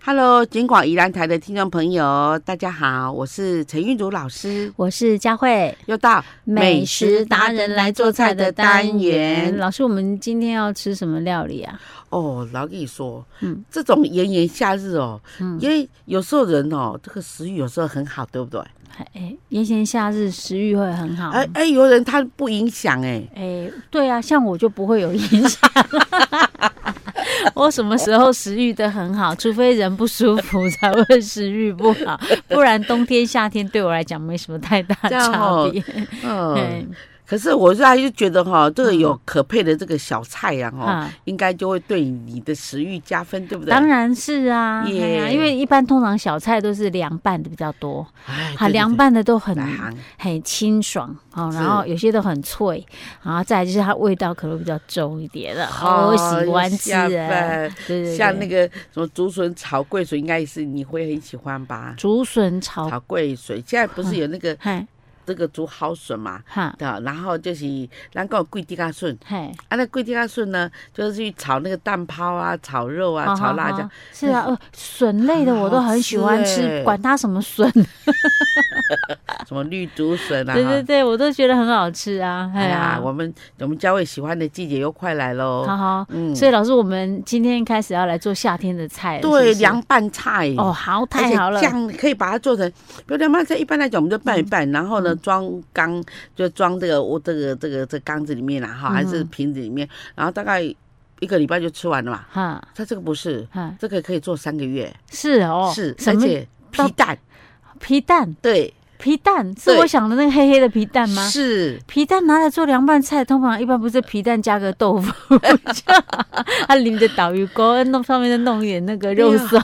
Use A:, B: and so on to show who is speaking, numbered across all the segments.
A: Hello，金广宜兰台的听众朋友，大家好，我是陈韵如老师，
B: 我是佳慧，
A: 又到
B: 美食达人来做菜的单元。老师，我们今天要吃什么料理啊？
A: 哦。老跟你说，
B: 嗯
A: 这种炎炎夏日哦，
B: 嗯，
A: 因为有时候人哦，这个食欲有时候很好，对不对？
B: 哎，炎炎夏日食欲会很好。
A: 哎
B: 哎
A: 哎，有人他不影响哎，
B: 对啊，像我就不会有影响。 我什么时候食欲都很好，除非人不舒服才会食欲不 好，不然冬天夏天对我来讲没什么太大
A: 这样哦
B: 差别。哎
A: 嗯
B: 对，，
A: 可是我是还是觉得哈，这个有可配的这个小菜呀哈，
B: 啊
A: 应该就会对你的食欲加分，对不对？
B: 当然是啊，哎
A: 耶
B: 呀，因为一般通常小菜都是凉拌的比较多，
A: 哎，
B: 好
A: 对
B: 凉，拌的都很
A: 对对来行
B: 很清爽哦，
A: 是
B: 然后有些都很脆，然后再来就是它味道可能比较重一点的，哦
A: 好
B: 我喜欢吃
A: 下
B: 哎，
A: 饭
B: 对对对，
A: 像那个什么竹笋炒桂笋，应该是你会很喜欢吧？
B: 竹笋炒，
A: 炒桂笋，现在不是有那 个
B: 嗨
A: 这个竹蒿笋嘛？
B: 哈
A: 对啊，然后就是咱讲桂地瓜笋，
B: 嗨，
A: 啊，那桂地瓜笋呢，就是去炒那个蛋泡啊，炒肉啊，
B: 好
A: 炒
B: 好
A: 辣
B: 好
A: 椒。
B: 是啊，呃，笋类的我都很喜
A: 很
B: 欢
A: 好吃
B: 吃
A: 哎，
B: 管它什么 笋，
A: 什么绿竹笋啊。
B: 对对对，我都觉得很好吃啊，
A: 哎
B: 哎
A: 呀
B: 呀，，
A: 我们我们嘉惠喜欢的季节又快来喽。
B: 好好，
A: 嗯
B: 所以老师，我们今天开始要来做夏天的菜了，是
A: 对
B: 不，是
A: 凉拌菜
B: 哦，，好，
A: 而
B: 太
A: 且
B: 好了，
A: 酱可以把它做成，比如凉拌菜一般来讲，我们就拌一
B: 嗯
A: 拌，然后呢装缸，就装这个我这个这个这缸子里面啦哈，还是
B: 嗯
A: 瓶子里面，然后大概一个礼拜就吃完了嘛。
B: 哈
A: 它这个不是，
B: 哈，
A: 这个可以做三个月，
B: 是哦，
A: 是，
B: 什
A: 而
B: 么
A: 且
B: 到
A: 皮蛋，
B: 皮蛋？
A: 对，
B: 皮蛋是
A: 对
B: 我想的那个黑黑的皮蛋吗？
A: 是，
B: 皮蛋拿来做凉拌菜，通常一般不是皮蛋加个豆腐， 他淋着导鱼锅，弄上面再弄一点那个肉松，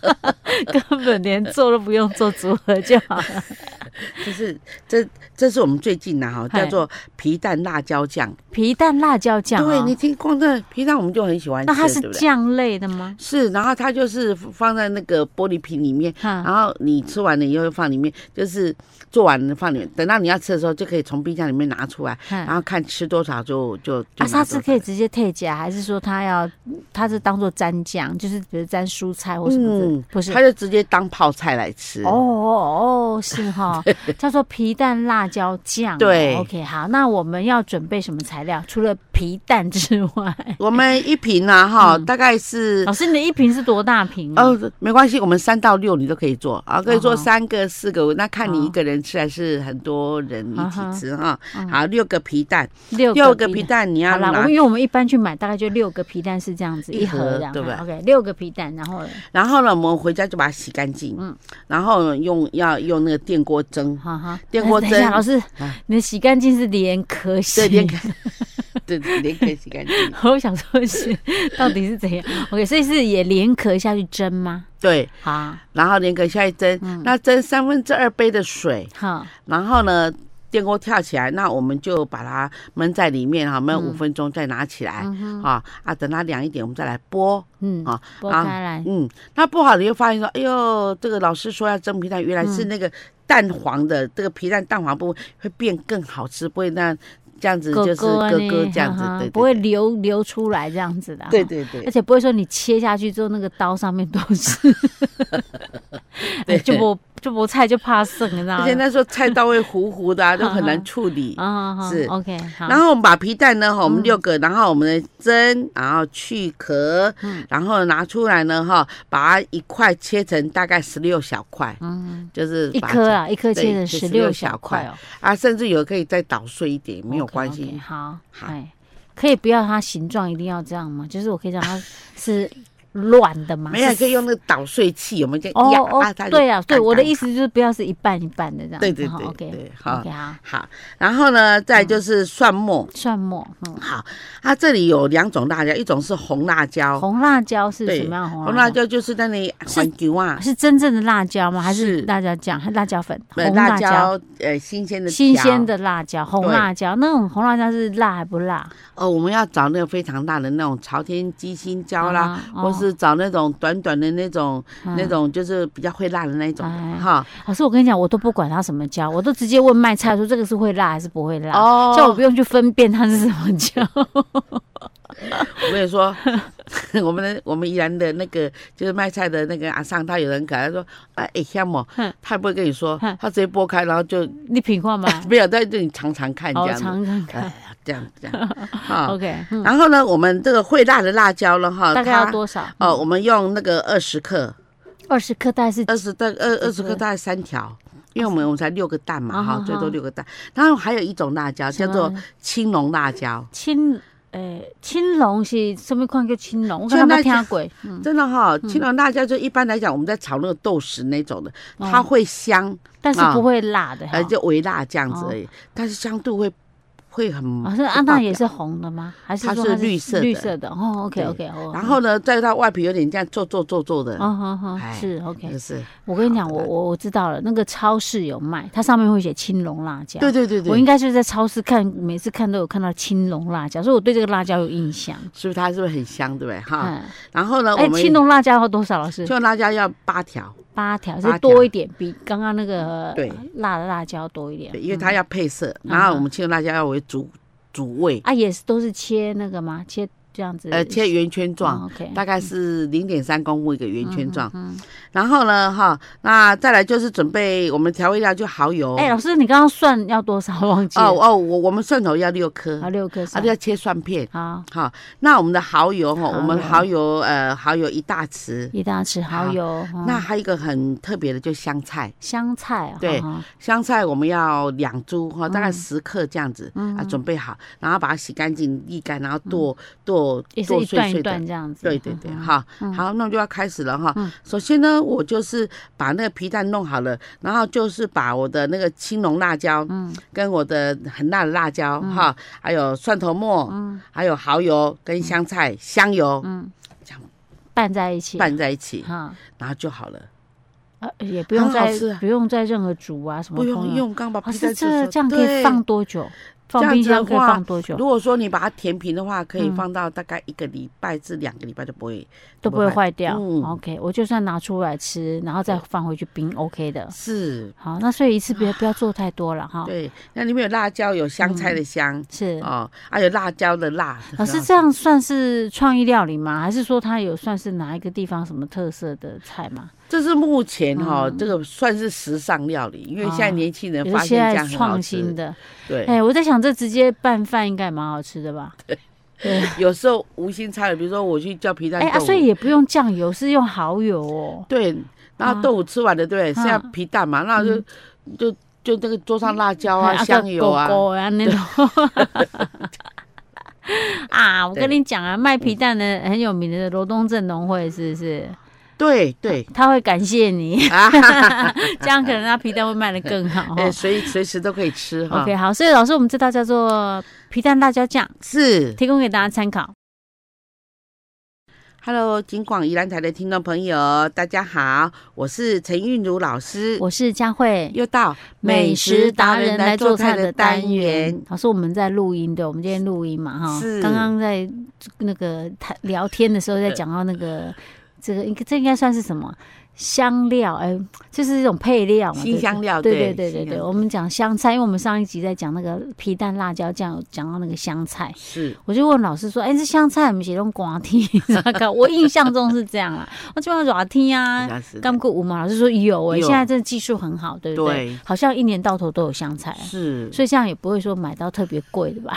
B: 根本连做都不用做组合就好了。
A: 就是这这是我们最近呐哈，
B: 嗨
A: 叫做皮蛋辣椒酱。
B: 皮蛋辣椒酱、
A: 对
B: 哦，
A: 你听光这皮蛋，我们就很喜欢
B: 那它
A: 吃，
B: 是
A: 对不对？
B: 酱类的吗？
A: 是，然后它就是放在那个玻璃瓶里面，
B: 哈，
A: 然后你吃完了以后就放里面，就是做完了放里面，等到你要吃的时候就可以从冰箱里面拿出来，
B: 哈
A: 然后看吃多少就就啊就
B: 嗯啊，它
A: 拿
B: 是
A: 多
B: 可
A: 少。
B: 以直接退夹，还是说它要它是当做蘸酱，就是比如蘸蔬菜或什么的？
A: 嗯
B: 不是
A: 它。就直接当泡菜来吃。
B: 哦哦哦，是哈，叫做皮蛋辣椒酱哦。
A: 对
B: ，OK，好，那我们要准备什么材料？除了皮蛋之外，
A: 我们一瓶 啊哈，
B: 嗯
A: 大概是
B: 老师，你的一瓶是多大瓶啊？
A: 哦，没关系，我们三到六你都可以做啊，可以做
B: 哦
A: 三个、四个，那看你
B: 好
A: 一个人吃还是很多人一起
B: 嗯哼
A: 吃哈。
B: 嗯
A: 好，六个皮蛋，
B: 六
A: 六个皮。蛋你要
B: 好啦，我
A: 拿
B: 们因，为我们一般去买大概就六个皮蛋是这样子，
A: 一
B: 一
A: 盒
B: 盒这样，
A: 对不对
B: 哈？OK，六个皮蛋，然后
A: 然后呢，我们回家就把它洗干净，嗯
B: 嗯，
A: 然后用要用那个电锅蒸，
B: 哈哈，
A: 电锅
B: 等一下，
A: 蒸
B: 老师
A: 啊，
B: 你的洗干净是连壳洗
A: 对，，连个对连个洗干净，
B: 我想说是到底是怎样？OK，所以是也连壳下去蒸吗？
A: 对，
B: 好，
A: 然后连个下去蒸，
B: 嗯
A: 那蒸三分之二杯的水，
B: 好，
A: 然后呢。电锅跳起来，那我们就把它焖在里面哈，焖
B: 嗯
A: 五分钟再拿起来，啊啊，等它凉一点，我们再来剥。
B: 嗯
A: 好，
B: 剥
A: 啊
B: 开来，
A: 嗯，那不好的又发现说，哎呦，这个老师说要蒸皮蛋，原来
B: 嗯
A: 是那个蛋黄的、这个皮蛋蛋黄部分会变更好吃，不会那这样子就是
B: 咯
A: 咯
B: 咯呢
A: 咯这样子，
B: 啊哈哈
A: 对
B: 不会啊流流出来这样子的，
A: 对
B: 哈，
A: 对对
B: 而
A: 对，
B: 且不会说你切下去之后那个刀上面都是，
A: 对
B: 哎 就不就不菜就怕剩，你知道
A: 而
B: 吗
A: 且？那时候菜刀会糊糊的、啊，都很难
B: 哈
A: 处理。
B: 啊，好
A: 是
B: OK，好，嗯
A: 然后我们把皮蛋呢，哈，我们六个，然后我们蒸，然后去壳，
B: 嗯
A: 然后拿出来呢，哈，把它一块切成大概十六小块，
B: 嗯，
A: 就是
B: 一
A: 把它
B: 颗
A: 切
B: 啊，一颗切
A: 对
B: 成
A: 就
B: 十
A: 16
B: 六
A: 小
B: 小
A: 块
B: 块哦，
A: 啊，甚至有可以再捣碎一点，没有
B: OK，OK，
A: 关系。
B: 好，
A: 好
B: 哎，可以不要它形状一定要这样吗？就是我可以 让它是乱的吗？
A: 没有
B: 是
A: 可以用那个捣碎器，我们就
B: 哦
A: 压
B: 哦
A: 啊，它，就
B: 对啊，对，
A: 干
B: 我的
A: 干
B: 意思就是不要是一半一半的这样子，
A: 对对
B: 哈
A: 对
B: ，OK，
A: 对，好
B: OK，好，嗯
A: 好。然后呢，再就是蒜末，
B: 蒜末，嗯，
A: 好，它这里有两种辣椒，一种是红辣椒，
B: 红辣椒是
A: 对
B: 什么样的红
A: 红辣椒就是那里
B: 是
A: 环球啊，
B: 是真正的辣椒吗？还
A: 是
B: 是辣椒酱、还辣椒粉？
A: 呃
B: 红
A: 辣
B: 椒，
A: 椒呃新鲜的
B: 新鲜
A: 条
B: 的辣椒，红
A: 对
B: 辣椒，那种红辣椒是辣还不辣？
A: 哦，我们要找那个非常辣的那种朝天鸡心椒啦，
B: 啊
A: 或是找那种短短的那种、
B: 嗯
A: 那种，就是比较会辣的那一种
B: 哎
A: 的哈。
B: 老师，我跟你讲，我都不管它什么椒，我都直接问卖菜说这个是会辣还是啊不会辣，
A: 哦
B: 叫我不用去分辨它是什么椒。
A: 我跟你说， 我们的我们宜兰的那个就是卖菜的那个阿桑，他有人改，他说啊，哎香么
B: 哼，
A: 他也不会跟你说
B: 哼，
A: 他直接拨开，然后就
B: 你品况吗？
A: 没有，他就你尝尝看这
B: 好，
A: 样啊子，
B: 哦尝看看。
A: 哎，这样这 样哈。
B: OK，嗯
A: 然后呢，我们这个会辣的辣椒了哈，
B: 大概
A: 它
B: 要多少？
A: 哦，我们用那个二十克，
B: 二十克，大概是
A: 二十大二二
B: 十
A: 十
B: 克
A: 克大概三条，因为我们我们才六个蛋嘛
B: 啊
A: 哈
B: 哈，
A: 最多六个蛋。然后还有一种辣椒
B: 什
A: 叫
B: 么
A: 做青龙辣椒，
B: 青诶青龙是什么款叫青龙？我
A: 青
B: 刚
A: 龙
B: 没
A: 那
B: 听过。嗯，
A: 真的哈，青龙辣椒就一般来讲我们在炒那个豆豉那种的，
B: 哦
A: 它会香，
B: 但是
A: 啊
B: 不会辣的哈。
A: 呃，就微辣这样子而已，但是香度会会很
B: 老师，安
A: 爆
B: 娜也
A: 表
B: 哦是红的吗？还是
A: 它
B: 说
A: 是绿色的
B: 绿色的哦，OK
A: 对
B: OK，哦。
A: 然后呢，再到外皮有点这样皱皱皱皱的，
B: 哦，好好
A: 哎
B: 是 OK
A: 就。是，
B: 我跟你讲，
A: 好
B: 我
A: 的
B: 我我知道了，那个超市有卖，它上面会写青龙辣椒。
A: 对对对
B: 我应
A: 对，
B: 该就是在超市看，每次看都有看到青龙辣椒，所以我对这个辣椒有印象。
A: 是不是它是不是很香，对不对哈？
B: 嗯，
A: 然后啊呢，我
B: 哎，
A: 们
B: 青
A: 青
B: 龙辣椒要多少？老师？
A: 龙辣椒要八条，
B: 八条，
A: 八
B: 是
A: 条
B: 多一点，比刚刚那个
A: 对
B: 辣的辣椒多一点。
A: 对，因为
B: 嗯
A: 它要配色，
B: 嗯
A: 然后我们青龙辣椒要为主主味，
B: 啊也是都是切那个吗？切这样子？
A: 呃，切圆圈状。
B: 哦 OK，
A: 大概是零点三公分一个圆圈状，
B: 嗯。嗯
A: 然后呢，哈，那再来就是准备我们调味料，就蚝油。
B: 哎，老师，你刚刚算要多少？ 忘记
A: 哦
B: 了。
A: 哦，我我们蒜头要六颗，
B: 啊，六颗
A: 啊，
B: 蒜
A: 就。要切蒜片。
B: 好，
A: 好，那我们的蚝油哈，
B: 蚝
A: 我们
B: 油
A: 蚝油呃，蚝油一大匙。
B: 一大匙蚝油。嗯
A: 那还有一个很特别的，就香菜，
B: 香菜啊。
A: 对
B: 哈哈
A: 香菜我们要两株哈，大概
B: 嗯
A: 十克这样子、
B: 嗯
A: 啊，准备好，然后把它洗干净、沥干，然后剁剁
B: 嗯也是
A: 剁
B: 一
A: 碎
B: 段
A: 碎
B: 一
A: 的
B: 段。这样子。
A: 对对对，
B: 嗯。
A: 好，
B: 嗯
A: 好，那我就要开始了哈
B: 嗯。
A: 首先呢，我就是把那个皮蛋弄好了，然后就是把我的那个青龙辣椒，
B: 嗯
A: 跟我的很辣的辣椒哈，还有蒜头末，
B: 嗯
A: 还有蚝油跟香菜、香油
B: 嗯
A: 这样，
B: 拌在一起。
A: 拌在一起，
B: 哈。
A: 然后就好了，
B: 啊，也不用
A: 很好
B: 再
A: 吃啊
B: 不用再任何煮啊什么
A: 不
B: 烹饪，
A: 用因为我们刚把
B: 哦，
A: 皮
B: 是
A: 蛋
B: 这
A: 切
B: 这样可以放。多久？
A: 这
B: 放
A: 样
B: 冰
A: 子的
B: 箱可以
A: 话
B: 放多
A: 对
B: 久
A: 如果说你把它填平的话，可以
B: 嗯
A: 放到大概一个礼拜至两个礼拜就不会。
B: 都不会坏掉、
A: 嗯
B: o k 我就算拿出来吃，然后再放回去冰，OK 的。
A: 是，
B: 好，那所以一次别不要做太多了哈。
A: 啊对，那里面有辣椒，有香
B: 嗯
A: 菜的香，
B: 是，
A: 哦，还有辣椒的辣。
B: 老师哦啊这样算是创意料理吗？还是说它有算是哪一个地方什么特色的菜吗？
A: 这是目前哈、
B: 嗯
A: 这个算是时尚料理，因为现在
B: 啊
A: 年轻人
B: 也
A: 发
B: 是现
A: 现这
B: 在
A: 样很好
B: 创
A: 吃
B: 新。的。
A: 对，
B: 哎、我在想这直接拌饭应该也蛮好吃的吧？对。
A: 有时候无心插柳，比如说我去叫皮蛋
B: 哎、
A: 豆
B: 啊，
A: 腐，
B: 所以也不用酱油，是用蚝油哦。
A: 对，然后豆腐吃完了，对不对？剩下
B: 嗯
A: 皮蛋嘛，那就就就那个桌上辣椒啊、
B: 还
A: 香油啊
B: 哎狗，狗啊那种。 啊，我跟
A: 对
B: 你讲啊，卖皮蛋的很有名的罗东镇农会是不是？
A: 对对
B: 他会感谢你，
A: 啊，
B: 这样可能他皮蛋会卖得更好
A: 哎，
B: 哦。
A: 随随时都可以吃哈
B: OK，。好，所以老师，我们这道叫做皮蛋辣椒酱，
A: 是
B: 提供给大家参考。
A: ，Hello，金广宜兰台的听众朋友，大家好，我是陈韵如老师，
B: 我是佳慧，
A: 又到
B: 单元。老师，我们在录音，对，我们今天录音嘛，哈，
A: 是呃
B: 刚刚在那个谈聊天的时候，在讲到那个这个，应该这应该算是什么香料？哎，就是一种配料嘛，
A: 新香料，
B: 对。对对对对
A: 新
B: 对，
A: 香
B: 我们讲香菜，因为我们上一集在讲那个皮蛋辣椒酱，有讲到那个香菜，
A: 是
B: 我就问老师说：“哎，这香菜我们写用瓜梯，那个 我印象中是这样啦，我就用软梯啊
A: 应，该是
B: 干过五毛，老师说有哎、
A: 有
B: 现在这技术很好，对不对？
A: 对
B: 好像一年到头都有香菜，
A: 是
B: 所以这样也不会说买到特别 贵的吧。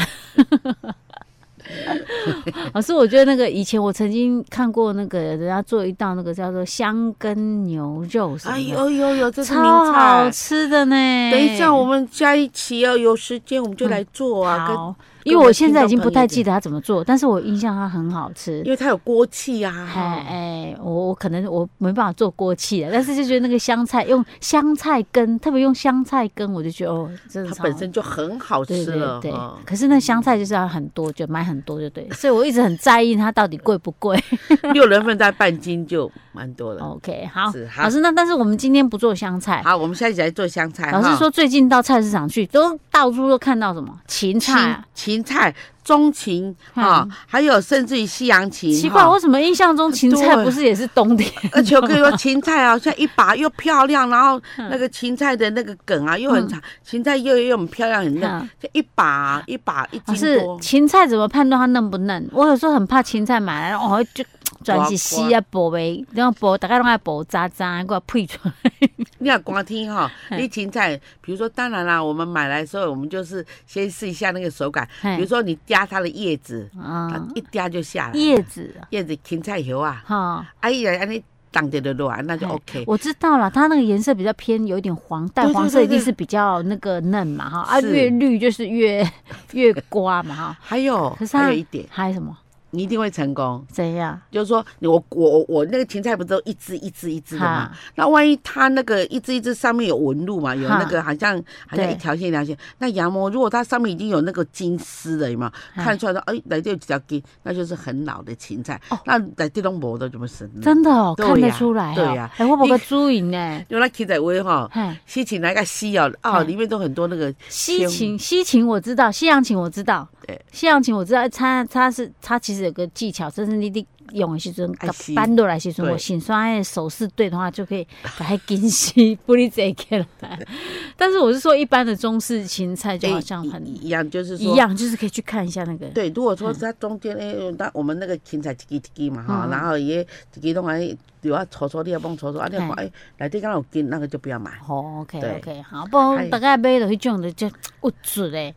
B: 老师，我觉得那个以前我曾经看过那个人家做一道那个叫做香根牛肉什么
A: 哎
B: 的，
A: 呦呦呦，这是名
B: 超好
A: 菜。
B: 吃的呢。
A: 等一下，我们下一期哦，有时间我们就来做啊，跟
B: 嗯好，因为我现在已经不太记得它怎么做，但是我印象它很好吃
A: 因。为它有锅气啊。
B: 哎
A: 哈
B: 哎，我我可能我没办法做锅气的，但是就觉得那个香菜用香菜根，特别用香菜根，我就觉得哦，真的
A: 它
B: 超
A: 本身就很好
B: 对
A: 吃
B: 对
A: 了
B: 对
A: 哈，。
B: 可是那香菜就是要很多，就买很多就对，所以我一直很在意它到底贵不贵。
A: 六人份大概半斤就蛮多了。
B: OK，好，
A: 是好
B: 老师，那但是我们今天不做香菜。
A: 好，我
B: 哦
A: 们下一期来做香菜。
B: 老师
A: 哈
B: 说，最近到菜市场去，都到处都看到什么芹菜啊、嗯
A: 芹芹菜、中芹啊，还有甚至于西洋芹。
B: 奇怪，
A: 哈欸
B: 为什么印象中芹菜不是也是冬天？
A: 而且我跟你说，芹菜啊，像一把又漂亮，然后那个芹菜的那个梗啊又很长，芹菜又又很漂亮，很嫩
B: 嗯，
A: 就一把啊一把一
B: 老
A: 斤
B: 师
A: 多，。
B: 芹菜怎么判断它嫩不嫩？我有时候很怕芹菜买来，哦就转起丝啊，剥呗，然后剥大概拢爱剥渣渣，给我配出 来。
A: 你要光听哈，
B: 嗯
A: 你芹菜，比如说，当然啦，我们买来的时候，我们就是先试一下那个手感。比如
B: 嘿
A: 说，你夹它的叶子，它
B: 啊，
A: 一夹就下来。
B: 叶子啊
A: 叶子芹菜油啊，
B: 哈。
A: 啊，一来安尼挡着的落，那就
B: 哎
A: OK。
B: 我知道了，它那个颜色比较偏，有一点黄，淡
A: 对对
B: 黄色一
A: 对
B: 定
A: 对
B: 是比较那个嫩嘛哈，啊，
A: 是
B: 越绿就是越越瓜嘛哈。
A: 还有，
B: 可是它
A: 还有一点，
B: 还有什么？
A: 你一定会成功。
B: 怎样？
A: 就是说，你我我我我那个芹菜不都一支一支一支的嘛
B: 哈？
A: 那万一它那个一支一支上面有纹路嘛，有
B: 哈
A: 那个好像好像
B: 对
A: 一条线一条线。那羊膜如果它上面已经有那个金丝了，有没有
B: 哎
A: 看出来说，哎，来这有几条筋，那就是很老的芹菜
B: 哦。
A: 那来这种膜的怎么生？
B: 真的哦，
A: 对
B: 看得
A: 呀
B: 出来
A: 对
B: 哦
A: 呀。
B: 哎，我有
A: 你
B: 个注意呢，
A: 因为那芹菜味哈，
B: 嘿，
A: 西芹那个西哦，哦，
B: 哎
A: 里面都很多那个
B: 西
A: 天
B: 芹，西芹我知道，西洋芹我知道
A: 对，
B: 西洋芹我知道，哎它它是它其实有个技巧，就是你你用的时阵
A: 要吸，
B: 搬落来的时阵，
A: 对
B: 我洗刷的手势对的话，就可以把它根吸不离这 个来。但是我是说，一般的中式芹菜就好像
A: 一
B: 很
A: 一一样，就是说
B: 一样，就是可以去看一下那个。
A: 哎对，如果说它中间哎，那我们那个芹菜一支一支嘛哈，
B: 嗯
A: 然后也一支弄完，有啊搓搓，你也帮搓搓，啊你看
B: 嘿
A: 哎，哪地刚有筋，那个就不要买。
B: 哦，OK
A: 对
B: OK，好，不然
A: 还有
B: 大概买落去种的就有准嘞。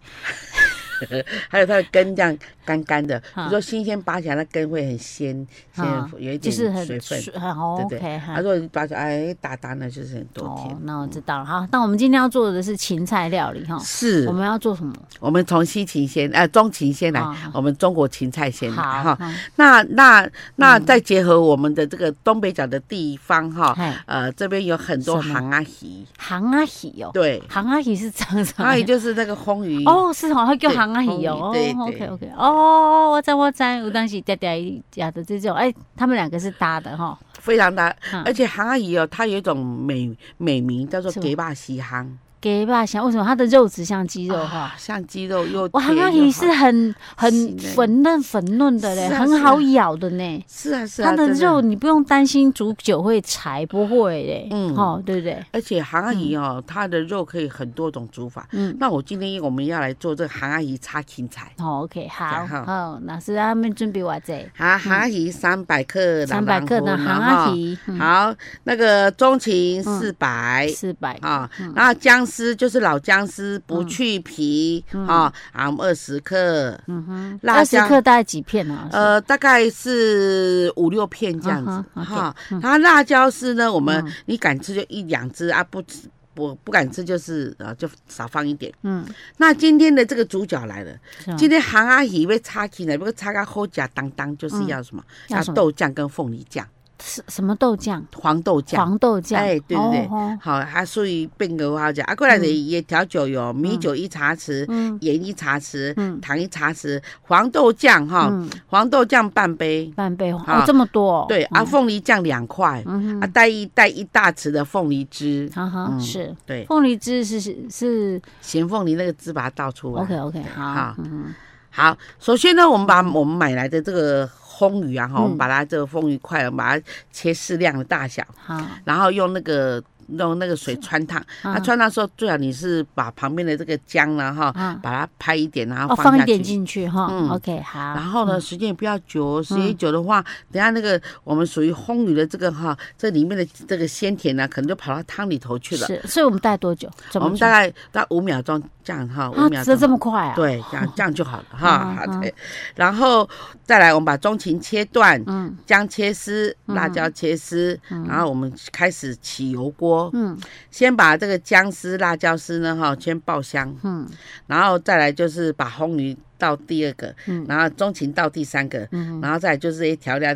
A: 还有它的根这样干干的，
B: 哈
A: 你说新鲜拔起来，那根会很鲜，鲜
B: 啊
A: 有一
B: 就
A: 点
B: 是很
A: 水分。
B: 水很
A: 对不
B: OK
A: 对，
B: 哈
A: 他。说拔起来哎打打呢，就是很多嗯
B: 哦
A: 天。，
B: 那我知道了。好，那我们今天要做的是芹菜料理哈。
A: 是
B: 我，们要做什么？
A: 我们从西芹先，呃，中芹先来
B: 啊，
A: 我们中国芹菜先来
B: 好，
A: 哈。
B: 嗯
A: 那那那再结合我们的这个东北角的地方哈，
B: 嘿，
A: 呃，这边有很多
B: 什么
A: 行啊鱼，
B: 杭阿喜哦，
A: 对，
B: 杭阿喜是长什
A: 阿
B: 么
A: 姨
B: 样？
A: 就是那个烘鱼，
B: 哦，是哦，它叫
A: 对
B: 杭阿喜哦。
A: 红鱼对
B: 哦
A: 对
B: ，OK OK，哦，我知我知，我当时嗲嗲嗲的这种，哎，他们两个是搭的哈。
A: 非常大，
B: 嗯
A: 而且韩阿姨哦，它有一种美美名叫做
B: 是吗
A: 给巴西杭，
B: 给吧，想为什么它的肉质像鸡肉哈？
A: 啊像鸡肉又
B: 哇，杭
A: 甜
B: 阿
A: 又好
B: 喜是很
A: 是
B: 很
A: 的
B: 粉嫩粉嫩的嘞，
A: 是啊
B: 很
A: 是
B: 好
A: 啊
B: 咬的呢。
A: 是啊是啊，
B: 它的
A: 真
B: 肉，你不用担心煮久会柴，不会嘞，
A: 嗯
B: 哦，对不对？
A: 而且韩阿姨哦，它的肉可以很多种煮法。
B: 嗯，
A: 那我今天我们要来做这个韩阿姨叉芹菜，
B: 好，OK，好，哦
A: 样哈
B: 好，老师他们准备我这
A: 啊，韩阿姨三百克，
B: 嗯三百克的
A: 然后
B: 杭阿。嗯提，
A: 然后好，那个中芹
B: 嗯
A: 四百，
B: 四百，
A: 啊，然后姜丝就是老姜丝，不去皮啊，啊，我们二十克，
B: 嗯哼，
A: 辣
B: 二十
A: 椒
B: 克大概几片啊呢？老师，
A: 呃，大概是五六片这样子
B: 嗯哼嗯
A: 哈。然后辣椒丝呢，我们你敢吃就一两只啊，不吃不不敢吃就是呃就少放一点。
B: 嗯，
A: 那今天的这个主角来了，
B: 是啊吗
A: 今天韩阿姨被插起来，不过插个后甲当当就是要什么？
B: 嗯要什么
A: 豆酱跟凤梨酱，
B: 是什么豆酱？
A: 黄豆酱。
B: 黄豆酱，
A: 哎对对对
B: 哦哦
A: 好，它属于变个好讲啊，过来的也调酒有米酒一茶匙，
B: 嗯
A: 盐一茶匙，
B: 嗯
A: 糖一茶匙，黄豆酱哈，
B: 嗯，
A: 黄豆酱半杯，
B: 半杯黄，
A: 好
B: 哦，这么多哦，
A: 对啊，
B: 嗯，
A: 凤梨酱两块，啊
B: 嗯哼，
A: 带一带一大匙的凤梨汁，
B: 好好
A: 嗯
B: 是。
A: 对，
B: 凤梨汁是是是
A: 咸凤梨那个汁把它倒出来。
B: ，OK OK，好
A: 好，
B: 嗯
A: 好，首先呢，我们把我们买来的这个烘鱼啊，哈，
B: 嗯
A: 我们把它这个风鱼块，我们把它切适量的大小，
B: 好，
A: 然后用那个。用那个水穿烫，它、
B: 啊
A: 穿烫的时候最好你是把旁边的这个姜呢，哈，
B: 啊
A: 把它拍一点，然后
B: 哦，
A: 放
B: 放
A: 下去。
B: 一点嗯进去哈
A: 嗯
B: ，OK，好。
A: 然后呢，时间也不要
B: 嗯
A: 久，哦时间一久的话，等下那个我们属于烘鱼的这个哈，这里面的这个鲜甜啊呢，可能就跑到汤里头去了。
B: 是，所以我们大概多久？怎么
A: 我们大概大概五秒钟这样哈，五
B: 啊，
A: 秒
B: 这这
A: 钟。
B: 么快啊？，
A: 对，这样这样就好了
B: 嗯
A: 哈。
B: 嗯
A: 好，对，然后再来，我们把中芹切断，
B: 嗯
A: 姜切丝，辣
B: 嗯
A: 椒切丝，然后我们开始起油锅，
B: 嗯
A: 先把这个姜丝、辣椒丝呢哈先爆香，
B: 嗯
A: 然后再来就是把红鱼到第二个，
B: 嗯
A: 然后中芹到第三个，
B: 嗯，
A: 然后再来就是一调料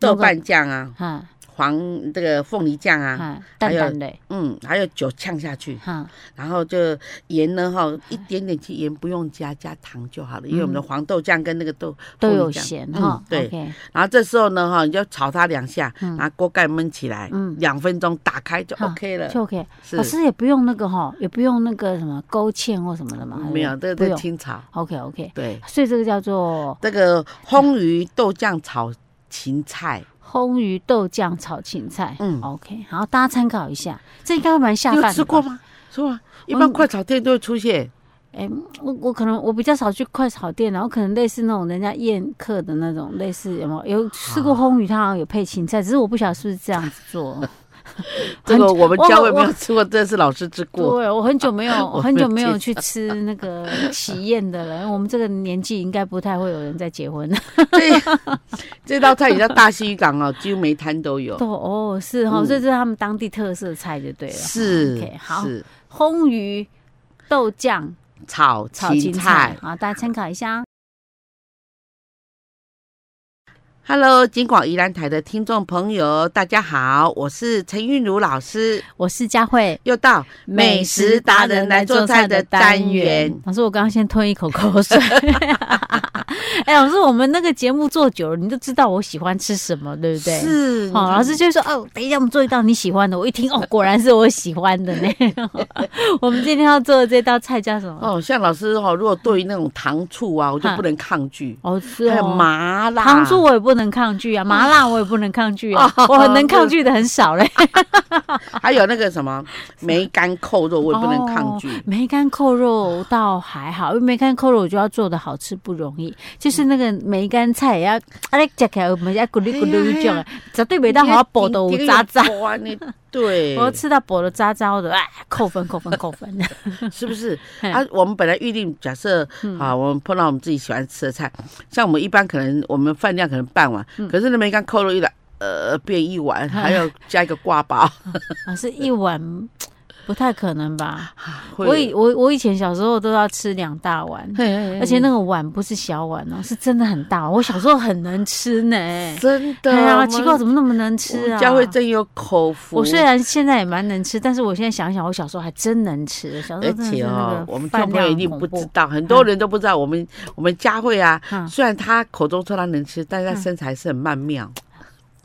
A: 豆瓣酱啊、
B: 啊，
A: 黄这个凤梨酱啊，
B: 啊，淡淡的，
A: 嗯，还有酒呛下去，
B: 哈，
A: 然后就盐呢哈，一点点，其实盐不用加，加糖就好了，因为我们的黄豆酱跟那个豆
B: 都
A: 凤梨
B: 有
A: 酱
B: 咸
A: 嗯
B: 哈，
A: 对
B: OK，
A: 然后这时候呢，哈，你就炒它两下，
B: 嗯
A: 拿锅盖焖起来，
B: 嗯
A: 两分钟打开就
B: 哈
A: OK 了。
B: 就 OK。
A: 是
B: 老师也不用那个哈，也不用那个什么勾芡或什么的嘛，还是
A: 嗯没有，这
B: 哎不
A: 个
B: 用。
A: 清炒，
B: OK OK，
A: 对，
B: 所以这个叫做
A: 这个烘鱼豆酱炒芹菜，
B: 烘鱼豆酱炒芹菜。
A: 嗯
B: OK，好，大家参考一下，这应该会蛮下
A: 你
B: 饭
A: 有
B: 的。
A: 吃过？吗？是吧？一般快炒店都会出现，
B: 哎、我我可能我比较少去快炒店，然后可能类似那种人家宴客的那种，类似有没有有吃过烘鱼，它好像有配芹菜，只是我不晓得是不是这样子做。
A: 这个我们
B: 我
A: 教会没
B: 我
A: 有 吃过，这是老师之 过。
B: 对，我很久没有，
A: 我
B: 我很久没
A: 没
B: 有
A: 有
B: 去吃那个喜宴的了。因为我们这个年纪应该不太会有人在结婚。
A: 这这道菜也叫大西渔港哦，几乎每摊都有。
B: 都哦，是哈、哦，
A: 嗯
B: 所以这是他们当地特色菜就对了。哦
A: 是
B: OK，好
A: 是
B: 烘鱼豆酱
A: 炒
B: 炒
A: 芹
B: 芹菜
A: 菜。
B: 好，大家参考一下。
A: Hello，金广宜兰台的听众朋友，大家好，我是陈韵如老师，
B: 我是佳慧，
A: 又到美食达人来做菜的单元。。
B: 老师，我刚刚先吞一口口水。 哎、老师，我们那个节目做久了，你就知道我喜欢吃什么，对不对？。
A: 是，
B: 好、老师就说哦，等一下我们做一道你喜欢的。我一听哦，果然是我喜欢的呢。 我们今天要做的这道菜叫什么？
A: 哦，像老师哦，如果对于那种糖醋啊，我就
B: 哈
A: 不能抗拒，
B: 哦，是
A: 还有
B: 哦，
A: 麻辣
B: 糖醋我也不能抗拒啊，麻辣我也不能抗拒啊，
A: 哦
B: 我很能抗拒的很 少嘞。
A: 还有那个什 么梅干扣肉，我也不能抗拒。
B: 梅干扣肉倒还好，因为梅干扣肉我就要做的好吃不容易，就是那个梅干菜也要，啊，你吃起来我们要咕噜咕噜一种，啊绝对没到好薄的有渣渣。
A: 哇，啊你对
B: 我，要吃到薄的渣渣的，哎，扣分扣分扣分。
A: 是不是？
B: 嘿嗯
A: 啊，我们本来预定，假设啊，我们碰到我们自己喜欢吃的菜，像我们一般可能我们饭量可能半碗，
B: 嗯
A: 可是那梅干扣肉一来，呃，变一碗，还要加一个挂包，
B: 啊，是一碗，不太可能吧？
A: 会嗯
B: 我以我我以前小时候都要吃两大碗，
A: 嘿嘿嘿
B: 而且那个碗不是小碗哦，是真的很大。我小时候很能吃呢，
A: 真的
B: 对啊，
A: 我们
B: 奇怪怎么那么能吃
A: 我
B: 啊？
A: 们佳慧真有口福。
B: 我虽然现在也蛮能吃，但是我现在想想，我小时候还真能吃。小时候
A: 而
B: 真的
A: 且
B: 是
A: 哦
B: 那，
A: 我
B: 个
A: 们听
B: 饭
A: 众朋友
B: 量
A: 一定
B: 很
A: 不
B: 恐怖
A: 知道，很多人都不知道，我们我们佳慧啊，
B: 嗯
A: 虽然她口中说她能吃，但是她身材是很曼妙。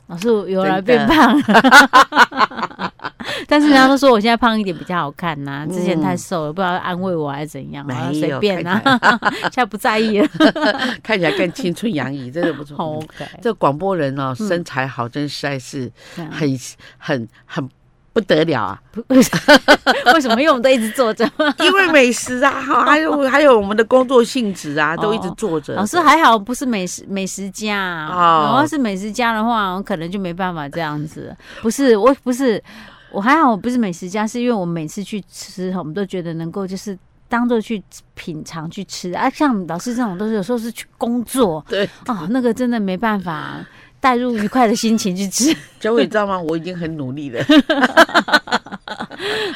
B: 老师我有来
A: 真
B: 变
A: 的
B: 胖了， 但是人家都说我现在胖一点比较好看呐、
A: 嗯
B: 之前太瘦了，不知道安慰我还是怎样，
A: 没
B: 好
A: 有
B: 随便啊， 现在不 在意了。
A: 看起来更青春洋溢，真的不
B: 好嗯
A: 错。
B: OK，
A: 这广播人哦，身材好，真实在是
B: 这样
A: 很很很不得了啊！
B: 为什么？因为我们都一直坐着。
A: 因为美食啊， 哈，还有还有我们的工作性质啊，都一直
B: 哦
A: 坐着。
B: 老师还好不是美食美食家啊，
A: 哦
B: 我要是美食家的话，我可能就没办法这样子。不是，我不是，我还好，我不是美食家，是因为我每次去吃，我们都觉得能够就是。当做去品尝去吃啊，像老师这种都是有时候是去工作
A: 对，
B: 哦，那个真的没办法带入愉快的心情去吃。
A: 佳慧，你知道吗？我已经很努力 了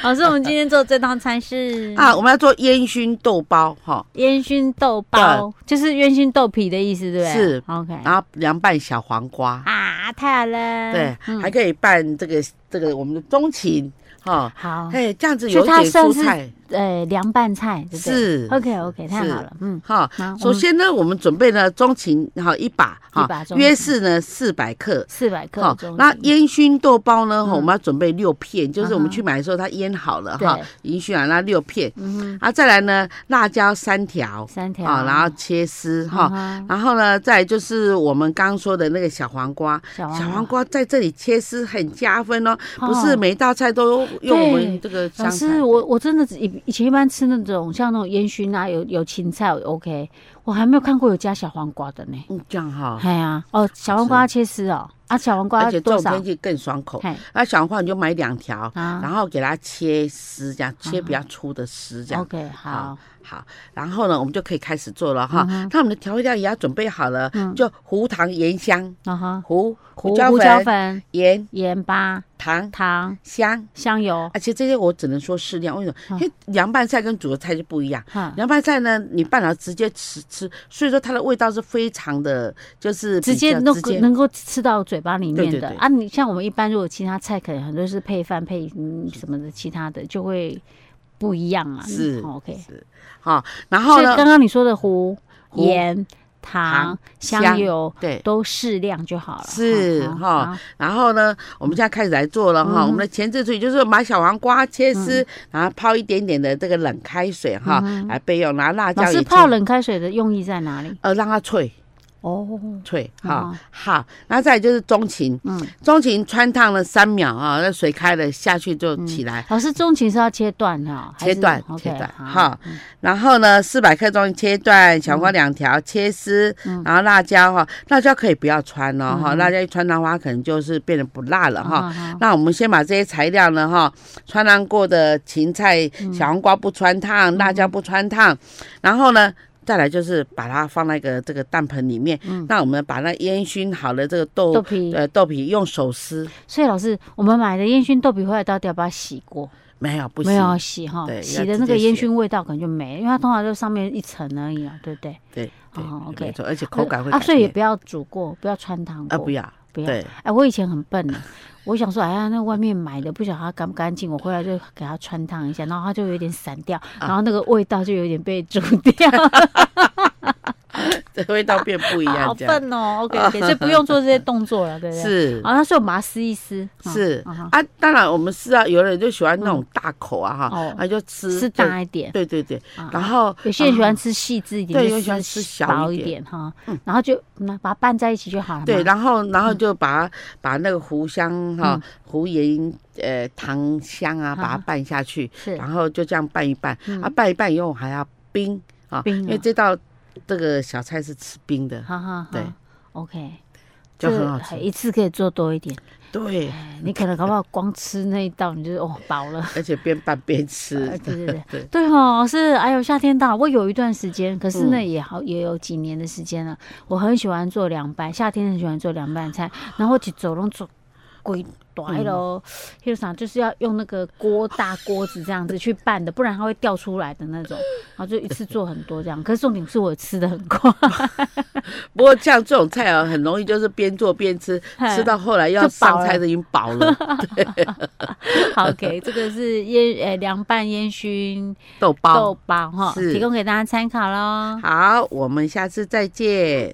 B: 老师，我们今天做这道菜是
A: 啊！我们要做烟熏豆包哈，
B: 烟熏豆包，就是烟熏豆皮的意思，对不对？
A: 是
B: OK
A: 然后凉拌小黄瓜。
B: 哎啊，太好了。
A: 对，
B: 嗯
A: 还可以拌这个这个我们的中芹，哈、
B: 好，
A: 哎，这样子
B: 哦所
A: 有
B: 以
A: 一
B: 它
A: 点
B: 算
A: 蔬
B: 是
A: 菜
B: 呃凉拌菜，对不对？
A: 是
B: OK OK，太
A: 是
B: 好了，嗯，
A: 哈
B: 好我们。
A: 首先呢，我们准备了中芹哈一把
B: 一把
A: 哈，
B: 中芹
A: 约是呢四百克。
B: 四百克
A: 哈
B: 中
A: 那
B: 芹
A: 烟熏豆包呢？
B: 嗯
A: 哈我们要准备六片，就是我
B: 嗯
A: 们
B: 哼
A: 去买的时候它腌好了
B: 对
A: 哈，烟熏好那六片。
B: 嗯
A: 啊，再来呢，辣椒三条
B: 哼，三条，
A: 啊，然后切丝哈，
B: 嗯哼
A: 然后呢，再来就是我们刚刚说的那个小黄瓜，
B: 小
A: 小黄
B: 黄瓜，
A: 瓜在这里切丝很加分哦，
B: 哦
A: 不是每一道菜都用我们这个香
B: 老
A: 菜
B: 师，。我我真的以以前一般吃那种像那种烟熏啊，有有芹菜我 OK，我还没有看过有加小黄瓜的呢。
A: 嗯，这样哈，
B: 哎呀，哦，小黄瓜要切丝哦，啊，小黄瓜
A: 而且这
B: 多
A: 种
B: 少
A: 天？气更爽口。
B: 嘿，
A: 那小黄瓜你就买两条，
B: 啊
A: 然后给它切丝，这样切比较粗的丝，这样
B: ，OK，好，
A: 好。然后呢，我们就可以开始做了哈
B: 嗯哼。
A: 那我们的调味料也要准备好了
B: 嗯，
A: 就胡糖、盐香、
B: 然后
A: 胡
B: 嗯胡
A: 椒
B: 胡椒
A: 粉、
B: 粉、
A: 盐、
B: 盐巴、
A: 糖、
B: 糖、
A: 香，
B: 香油，
A: 而且这些我只能说适量。为什么？
B: 嗯
A: 因为凉拌菜跟煮的菜就不一样。
B: 哈，
A: 凉拌菜呢，你拌了直接吃吃，所以说它的味道是非常的，就是比
B: 直接
A: 较
B: 能
A: 直接
B: 能够吃到嘴巴里面
A: 对
B: 的
A: 对对
B: 啊。你像我们一般，如果其他菜可能很多是配饭配嗯什么的，其他的就会不一样嘛。
A: 是
B: 嗯哦 OK。
A: 是好，然
B: 所
A: 后
B: 以
A: 呢，
B: 刚刚你说的胡、
A: 胡
B: 盐、糖
A: 糖、
B: 香
A: 香
B: 油
A: 对，
B: 都适量就好了。
A: 是
B: 好
A: 哈
B: 好
A: 然后呢，我们现在开始来做了
B: 嗯
A: 哈。我们的前置处理就是买小黄瓜切丝，然后泡一点点的这个冷开水哈、来备用，然后辣
B: 嗯老
A: 椒也
B: 师
A: 切
B: 泡，冷开水的用意在哪里？
A: 呃，让它脆
B: 哦，
A: 脆哈、
B: 嗯
A: 好，然后再来就是中芹，
B: 嗯，
A: 中芹穿烫了三秒啊，那水开了下去就起来。
B: 老师中芹是要切断哈，嗯还
A: 切
B: 是
A: 断
B: OK，
A: 切断
B: 好嗯
A: 哈，然后呢，四百克中切断小黄瓜两条，切丝，然后辣椒哈，辣椒可以不要穿哦哈，辣椒一穿的话可能就是变得不辣了哈。，
B: 嗯
A: 那我们先把这些材料呢，哈，穿烫过的芹菜、小黄瓜不穿烫，
B: 嗯
A: 辣椒不穿烫，然后呢，再来就是把它放在一个这个蛋盆里面。那我们把那烟熏好的这个豆
B: 嗯豆皮。
A: 呃豆皮用手撕，
B: 所以老师，我们买的烟熏豆皮回来到底要把它洗过？
A: 没有不行
B: 没，有啊洗哈，
A: 对
B: 洗
A: 要
B: 的
A: 直
B: 那个
A: 接
B: 烟
A: 洗
B: 熏味道可能就没了，因为它通常就上面一层而已啊，对不对？
A: 对对
B: 哦，OK
A: 没错，而且口感会
B: 啊，
A: 改
B: 所以也
A: 变
B: 不要煮过，不要穿汤
A: 啊，
B: 过，
A: 不要
B: 不要。
A: 对。
B: 哎，我以前很笨的，我想说，哎呀，那外面买的不晓得它干不干净，我回来就给它穿烫一下，然后它就有点散掉，
A: 啊
B: 然后那个味道就有点被煮 掉，
A: 这味道变 不一样
B: 好，
A: 这样
B: 笨哦。OK OK，所以不用做这些动作了，对不对？。
A: 是
B: 啊，那所以我把它撕一撕，嗯
A: 是
B: 嗯哼
A: 啊，当然我们是啊，有的人就喜欢那种大口啊哈
B: 嗯哦，
A: 啊就吃
B: 撕
A: 就
B: 大一点。
A: 对对对
B: 啊，
A: 然后
B: 有些人喜欢吃细致一点，
A: 对
B: 就
A: 有喜欢吃小
B: 薄
A: 一
B: 一
A: 点嗯
B: 点哈，然后就那把它拌在一起就好了嘛。
A: 对，然后然后就把把那个胡香哈
B: 啊嗯、
A: 胡盐、呃糖香啊，把它
B: 嗯
A: 拌下去，
B: 是
A: 然后就这样拌一拌
B: 嗯，
A: 啊，拌一拌以后还要冰啊，
B: 冰
A: 因为
B: 啊
A: 这道这个小菜是吃冰的，
B: 哈哈哈，
A: 对
B: ，OK，
A: 就
B: 这哎
A: 很好吃。
B: 一次可以做多一点。
A: 对，
B: 哎，你可能搞不好光吃那一道，你就哦饱了。
A: 而且边拌边吃
B: 哎，对对对
A: 对
B: 对哦，是哎呦，夏天到了，我有一段时间，可是呢
A: 嗯
B: 也好也有几年的时间了，我很喜欢做凉拌，夏天很喜欢做凉 拌菜，然后我去走拢做鬼短喽，
A: 嗯
B: 就啥就是要用那个锅大锅子这样子去拌的，不然它会掉出来的那 种，然后就一次做很多这样，可是重点是我吃的很 快，
A: 不过像这种菜啊，很容易就是边做边吃，吃到后来要
B: 哎就饱
A: 上菜
B: 了
A: 都已经饱 了。
B: 好，OK，这个是烟呃凉拌烟熏
A: 豆包
B: 豆包哈，
A: 是
B: 提供给大家参考喽。
A: 好，我们下次再见。